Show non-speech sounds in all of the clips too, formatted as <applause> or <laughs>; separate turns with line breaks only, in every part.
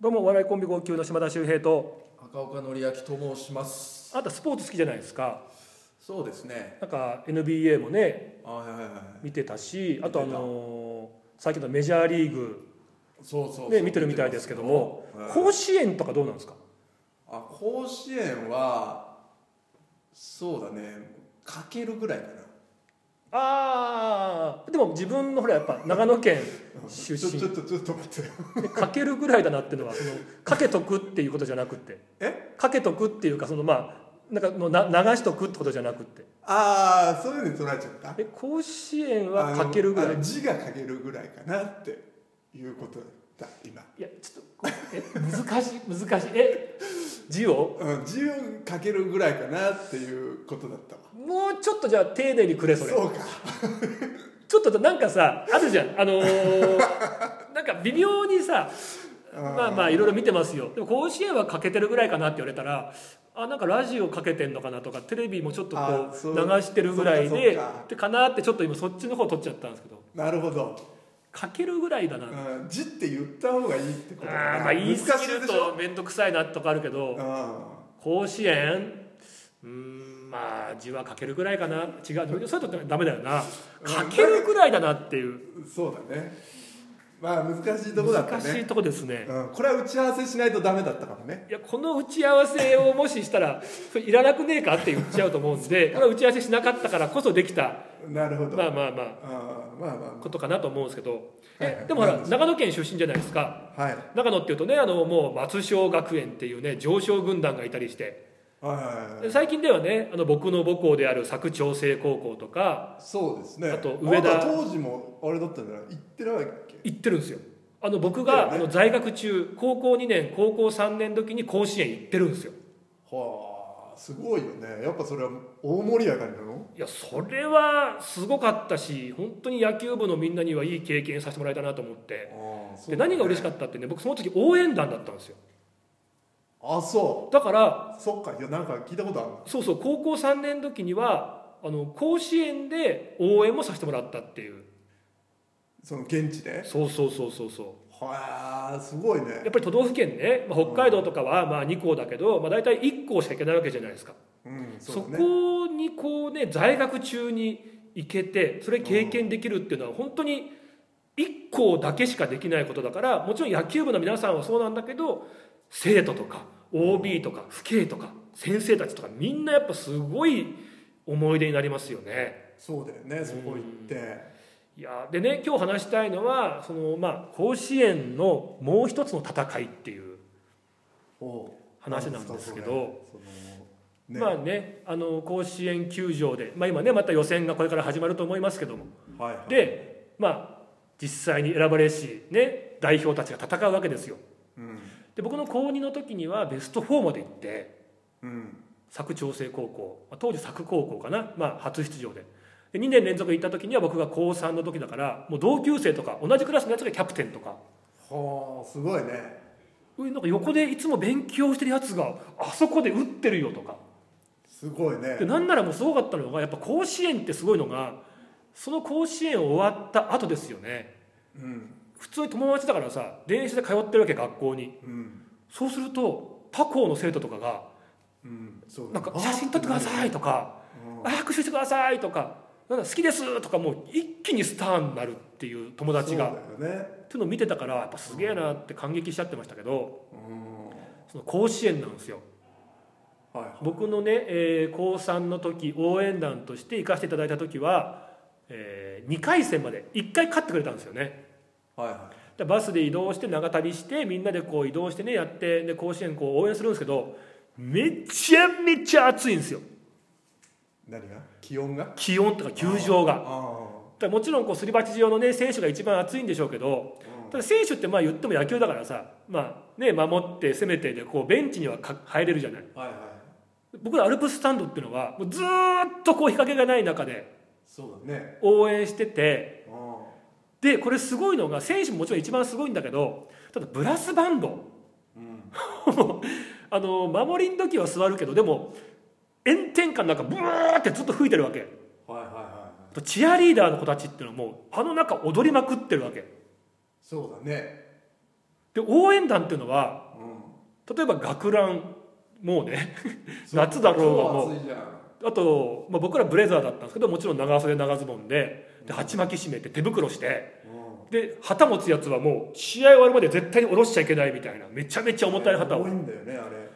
どうもお笑いコンビ号泣の島田秀平と
赤岡典明と申します
あなたスポーツ好きじゃないですか
そうですね
なんか NBA もね
あはいはいはい
見てたしあとあ
見てた
のー最近のメジャーリーグ
そうそうそう
ね見てるみたいですけども
はい
甲子園とかどうなんですか
あ甲子園はそうだねかけるぐらいかな
ああでも自分のほらやっぱ長野県出
ちょちょ
身
っとちょっと待って
でかけるぐらいだなっていうのはそのかけとくっていうことじゃなくって
え
かけとくっていうかそのまあなんかのな流しとくってことじゃなくって
ああそういうの取られちゃった
え甲子園はかけるぐら
あ
い
の字がかけるぐらいかなっていうことだ今
いやちょっとえ難しい <laughs> 難しいえ字を
うん字をかけるぐらいかなっていうことだったわ
もうちょっとじゃあ丁寧にくれそれ
そうか
ちょっとなんかさあるじゃんあの
<laughs>
ーなんか微妙にさまあまあいろいろ見てますよでも甲子園は欠けてるぐらいかなって言われたらあなんかラジオかけてんのかなとかテレビもちょっとこ
あ
う
そう
流してるぐらい
そっ
で
かそっか
でかなってちょっと今そっちの方取っちゃったんですけど
なるほど
かけるぐらいだな、あ
うん字って言った方がいいってことだな
ーまあ言い過ぎ
難しい
る
でしょ
と面倒くさいなとかあるけど
うん
甲子園うーんまあ字はかけるぐらいかな違うでもそういうのってダメだよなかけるぐらいだなっていう
そうだねまあ難しいとこだった
難しい
ね、
とこですね
うん、これは打ち合わせしないとダメだったかもね
いやこの打ち合わせをもししたらそれいらなくねえかって言っちゃうと思うんでこれは打ち合わせしなかったからこそできた
なるほど、
まあ
あ
まあま
ーまあま
あことかなと思うんですけど
はいは
え
い
でもほら
なんで
長野県出身じゃないですか
あはい
長野っていうとねあのもう松商学園っていうね上昇軍団がいたりして
はいはいはい
で最近ではねあの僕の母校である佐久長聖高校とか
そうですね
あと上田
あなた当時もあれだったんじゃない行ってないっけ
行ってるんですよあの僕
行っ
が
て
あ
る
の在学中高校2年高校3年時に甲子園行ってるんですよ
はあすごいよねやっぱそれは大盛り上がりなの
いやそれはすごかったし本当に野球部のみんなにはいい経験させてもらえたなと思って、
あーそう
で何が嬉し
か
かったってね僕その時応援団だったんですよ
あそ
だから
うそっかいやなんか聞いたことある
そうそう高校3年の時にはあの甲子園で応援もさせてもらったっていう
その現地で
そうそうそうそうそう
はあすごいね
やっぱり都道府県ね、まあ、北海道とかはまあ2校だけど、まあ、大体1校しか行けないわけじゃないですか
うん
そ,、
そうだね
こにこうね在学中に行けてそれ経験できるっていうのは本当に1校だけしかできないことだからもちろん野球部の皆さんはそうなんだけど生徒とか OB とか父兄とか先生たちとかみんなやっぱすごい思い出になりますよね。
そうだよねそこ行って
いやーでね今日話したいのはその、まあ、甲子園のもう一つの戦いっていう
おう
話なんですけど。
それそのね
まあねあの甲子園球場で、まあ、今ねまた予選がこれから始まると思いますけども
はいはい、
でまあ実際に選ばれし、ね、代表たちが戦うわけですよ
うん
で僕の高2の時にはベスト4まで行って
うん、
佐久長聖高校まあ当時佐久高校かな、まあ、初出場でで2年連続行った時には僕が高3の時だからもう同級生とか同じクラスのやつがキャプテンとか
はあすごいね
うなんか横でいつも勉強してるやつがあそこで打ってるよとか
すごいね
でなんならもうすごかったのがやっぱ甲子園ってすごいのがその甲子園終わった後ですよね
うん
普通に友達だからさ電車で通ってるわけ学校に
うん
そうすると他校の生徒とかが
うんそう
「
だ
な
ね
んか写真撮ってください」とか「
うん
握手してください」とか「なんだ好きです」とかもう一気にスターになるっていう友達がっ
そうだよね
ていうのを見てたからやっぱすげえなって感激しちゃってましたけど
うん
その甲子園なんですよ
はい
僕のね、えー高3の時応援団として行かせていただいた時は、え2回戦まで1回勝ってくれたんですよね
はいは
でバスで移動して長旅してみんなでこう移動してねやってで甲子園こう応援するんですけどめちゃめちゃ暑いんですよ
い何が気温が
気温とか球場が
ああ
だからもちろんこうすり鉢状のね選手が一番暑いんでしょうけどただ選手ってまあ言っても野球だからさまあね守って攻めてでこうベンチにはか入れるじゃない
はいはい
僕らアルプススタンドっていうのはもうずーっとこう日陰がない中で
そうだね
応援してて
うん
でこれすごいのが選手ももちろん一番すごいんだけどただブラスバンド
うん
あの守りの時は座るけどでも炎天下の中ブワーってずっと吹いてるわけ
はいはいはい
チアリーダーの子たちっていうのはもうあの中踊りまくってるわけ
そうだね
で応援団っていうのは
う
例えば学ランもうね
ん、
夏だろうがもう
超暑いじゃん
あと、まあ、僕らブレザーだったんですけどもちろん長袖長ズボンでで鉢巻き締めて手袋してで旗持つやつはもう試合終わるまで絶対に下ろしちゃいけないみたいなめちゃめちゃ重たい旗を
重いんだよねあれ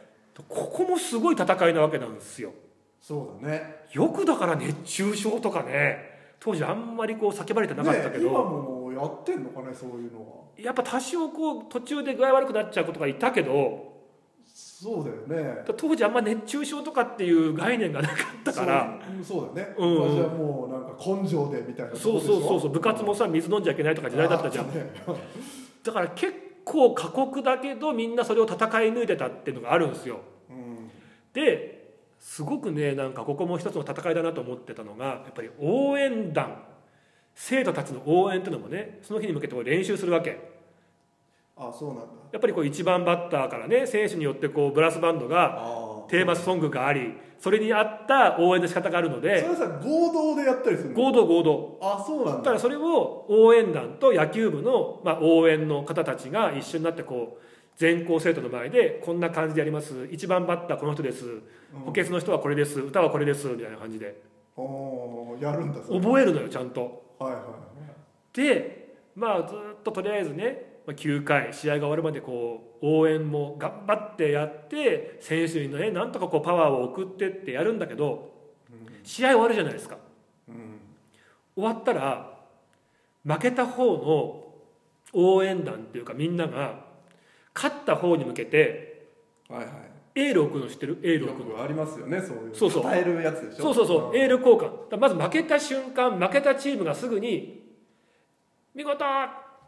ここもすごい戦いなわけなんですよ
そうだね
よくだから熱中症とかね当時あんまりこう叫ばれてなかったけ
ね、今
ど、
もやってんのかねそういうのは
やっぱ多少こう途中で具合悪くなっちゃうことがいたけど
そうだよね
当時あんま熱中症とかっていう概念がなかったから
そう,、うん、そうだよね、
うん
昔はもうなんか根性でみたいな
そうそうそうそう部活も
そ
さ水飲んじゃいけないとか時代だったじゃん
ね、
だから結構過酷だけどみんなそれを戦い抜いてたっていうのがあるんですよ
<laughs> うん、
ですごくねなんかここも一つの戦いだなと思ってたのがやっぱり応援団生徒たちの応援っていうのもねその日に向けてこう練習するわけ
あそうなんだ
やっぱりこう1番バッターからね選手によってこうブラスバンドが
あ
テーマソングがありそれに合った応援の仕方があるの
それ
で
さ合同でやったりするの
合同合同
あそうな
だ
ん
か
だ
らそれを応援団と野球部の、まあ、応援の方たちが一緒になってこう全校生徒の前でこんな感じでやります1番バッターこの人です補欠の人はこれです歌はこれですみたいな感じで
おーやるんだそれ
覚えるのよちゃんと
はいはい
でまあずっととりあえずねまあ9回試合が終わるまでこう応援も頑張ってやって選手にねなんとかこうパワーを送ってってやるんだけど試合終わるじゃないですか
うん
終わったら負けた方の応援団っていうかみんなが勝った方に向けて
はいはい
エールを送るの知ってるエールを
よ
送る
くありますよねそういう
そうそう
伝えるやつでし
そ
ょ
うそうそうエール交換だからまず負けた瞬間負けたチームがすぐに「見事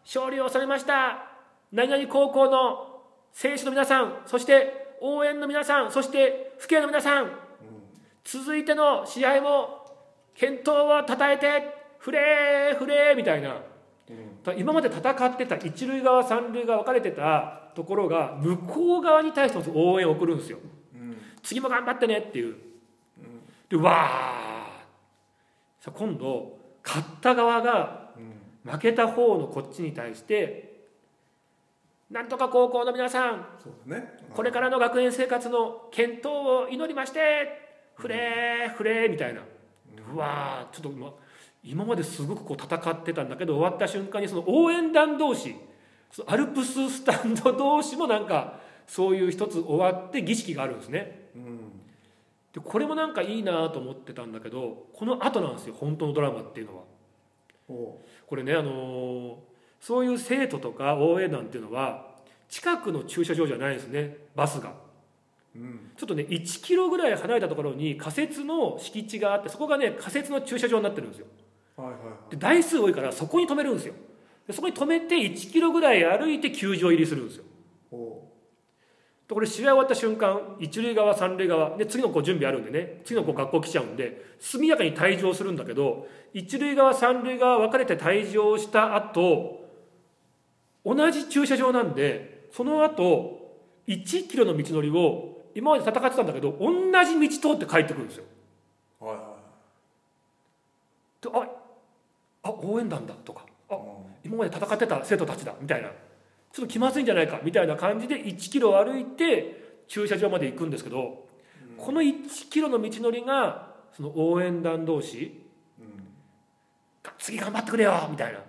勝利を収めました何々高校の選手の皆さんそして応援の皆さんそして府警の皆さん続いての試合も健闘をたたえてフレーフレー」みたいな
うん、うん
だから今まで戦ってた一塁側三塁側分かれてたところが向こう側に対しても応援を送るんですよ次も頑張ってねっていう、でわーさあ今度勝った側が負けた方のこっちに対してなんとか高校の皆さん
そうだね
これからの学園生活の健闘を祈りましてフレーフレーみたいなうわーちょっと今今まですごくこう戦ってたんだけど終わった瞬間にその応援団同士そのアルプススタンド同士もなんかそういう一つ終わって儀式があるんですね
うん
でこれもなんかいいなと思ってたんだけどこの後なんですよ本当のドラマっていうのは
おう
これねあのーそういう生徒とか応援団っていうのは近くの駐車場じゃないんですねバスが
うん
ちょっとね1キロぐらい離れたところに仮設の敷地があってそこがね仮設の駐車場になってるんですよ
はいはい
で台数多いからそこに止めるんですよでそこに止めて1キロぐらい歩いて球場入りするんですよ
お
とこれ試合終わった瞬間一塁側三塁側で次の子準備あるんでね次の子学校来ちゃうんで速やかに退場するんだけど一塁側三塁側分かれて退場した後同じ駐車場なんでその後1キロの道のりを今まで戦ってたんだけど同じ道通って帰ってくるんですよ。
うはいは
でああ応援団だとか
い
あ今まで戦ってた生徒たちだみたいなちょっと気まずいんじゃないかみたいな感じで1キロ歩いて駐車場まで行くんですけど、この1キロの道のりがその応援団同士、次頑張ってくれよみたいな、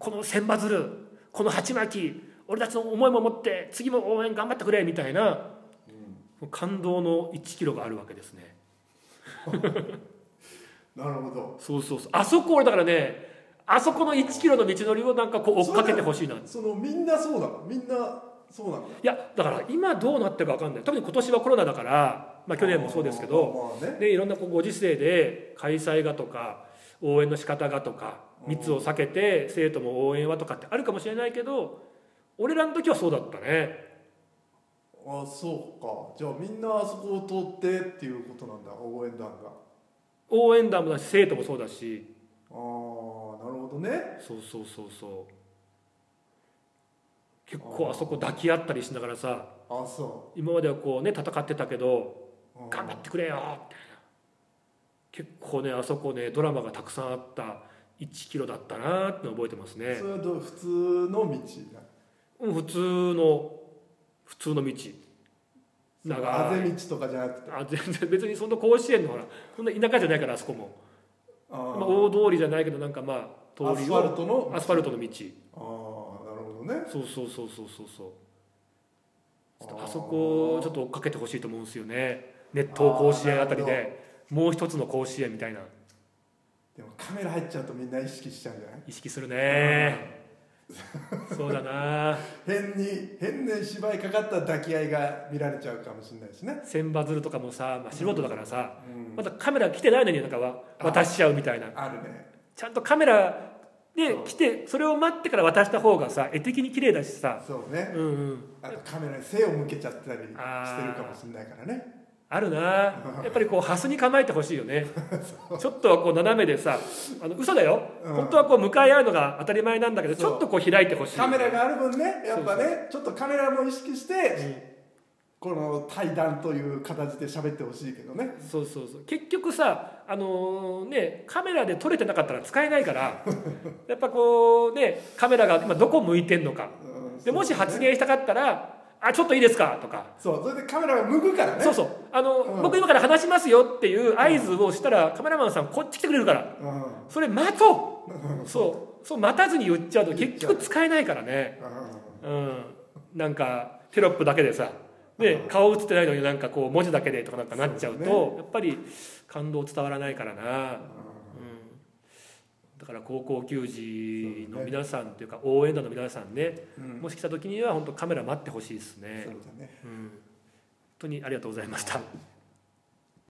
この千羽鶴この鉢巻き俺たちの思いも持って次も応援頑張ってくれみたいな、感動の1キロがあるわけですね。
なるほど
そうそうそうあそこ俺だからねあそこの1キロの道のりをなんかこう追っかけてほしいな
そのみんなそうだみんなそうなんだ
いやだから今どうなってるか分かんない特に今年はコロナだから、まあ、去年もそうですけど
どまあね
でいろんなこうご時世で開催がとか応援の仕方がとか密を避けて生徒も応援はとかってあるかもしれないけど俺らの時はそうだったね
あそうかじゃあみんなあそこを通ってっていうことなんだ応援団があ
応援団もだし生徒もそうだし
あーなるほどね
そうそうそうそう結構あそこ抱き合ったりしながらさ
あそ
今まではこうね戦ってたけど
うあー
頑張ってくれよみたいな結構ねあそこねドラマがたくさんあった1キロだったなーってのを覚えてますね
それはどう普通の道
うん普通の普通の道長い
あぜ道とかじゃなくて
あ全然別にその甲子園のほらそんな田舎じゃないからあそこも
あ
ま
ー、
あ、大通りじゃないけどなんかまあ通
ア
り
スファ
を
ルトの
アスファルトの道
ああなるほどね
そうそうそうそうそうそうちょっと
あー
あそこをちょっと追っかけてほしいと思うんですよね熱湯甲子園あたり
あー
でもう一つの甲子園みたいな
でもカメラ入っちゃうとみんな意識しちゃうんじゃない
意識するねそうだな
変に変な芝居かかった抱き合いが見られちゃうかもしれないですね、
千羽鶴とかもさ、まあ、素人だからさ
うん
まだカメラ来てないのになんかわ渡しちゃうみたいな
あるね
ちゃんとカメラで
そう
来てそれを待ってから渡した方がさ絵的に綺麗だしさ
そう
う
ね
んうん
あとカメラに背を向けちゃったりしてる
あー
かもしれないからね
あるな
<laughs>
やっぱりこうハスに構えてほしいよねちょっとはこう斜めでさあの嘘だよ、
うん
本当はこう向かい合うのが当たり前なんだけどち
そう
ょっとこう開いてほしい
カメラがある分ねやっぱねちょっとカメラも意識して、この対談という形で喋ってほしいけどね
そうそうそう結局さあのーねカメラで撮れてなかったら使えないから
<laughs>
やっぱこうねカメラが今どこ向いてんのか
うん
でもし発言したかったら「あちょっといいですか」とか
そうそれでカメラが向くからね
そうそうあの、
うん
僕今から話しますよっていう合図をしたら、カメラマンさんこっち来てくれるから
うん、うん
それ待とうそうそう待たずに言っちゃうと結局使えないからねうんなんかテロップだけでさで顔映ってないのになんかこう文字だけでとかなんかなっちゃうと
そうだ
やっぱり感動伝わらないからな、うん、だから高校球児の皆さんっていうか応援団の皆さんね、
うん
もし来た時には本当カメラ待ってほしいです
そう
ね、
だね
うん、本当にありがとうございました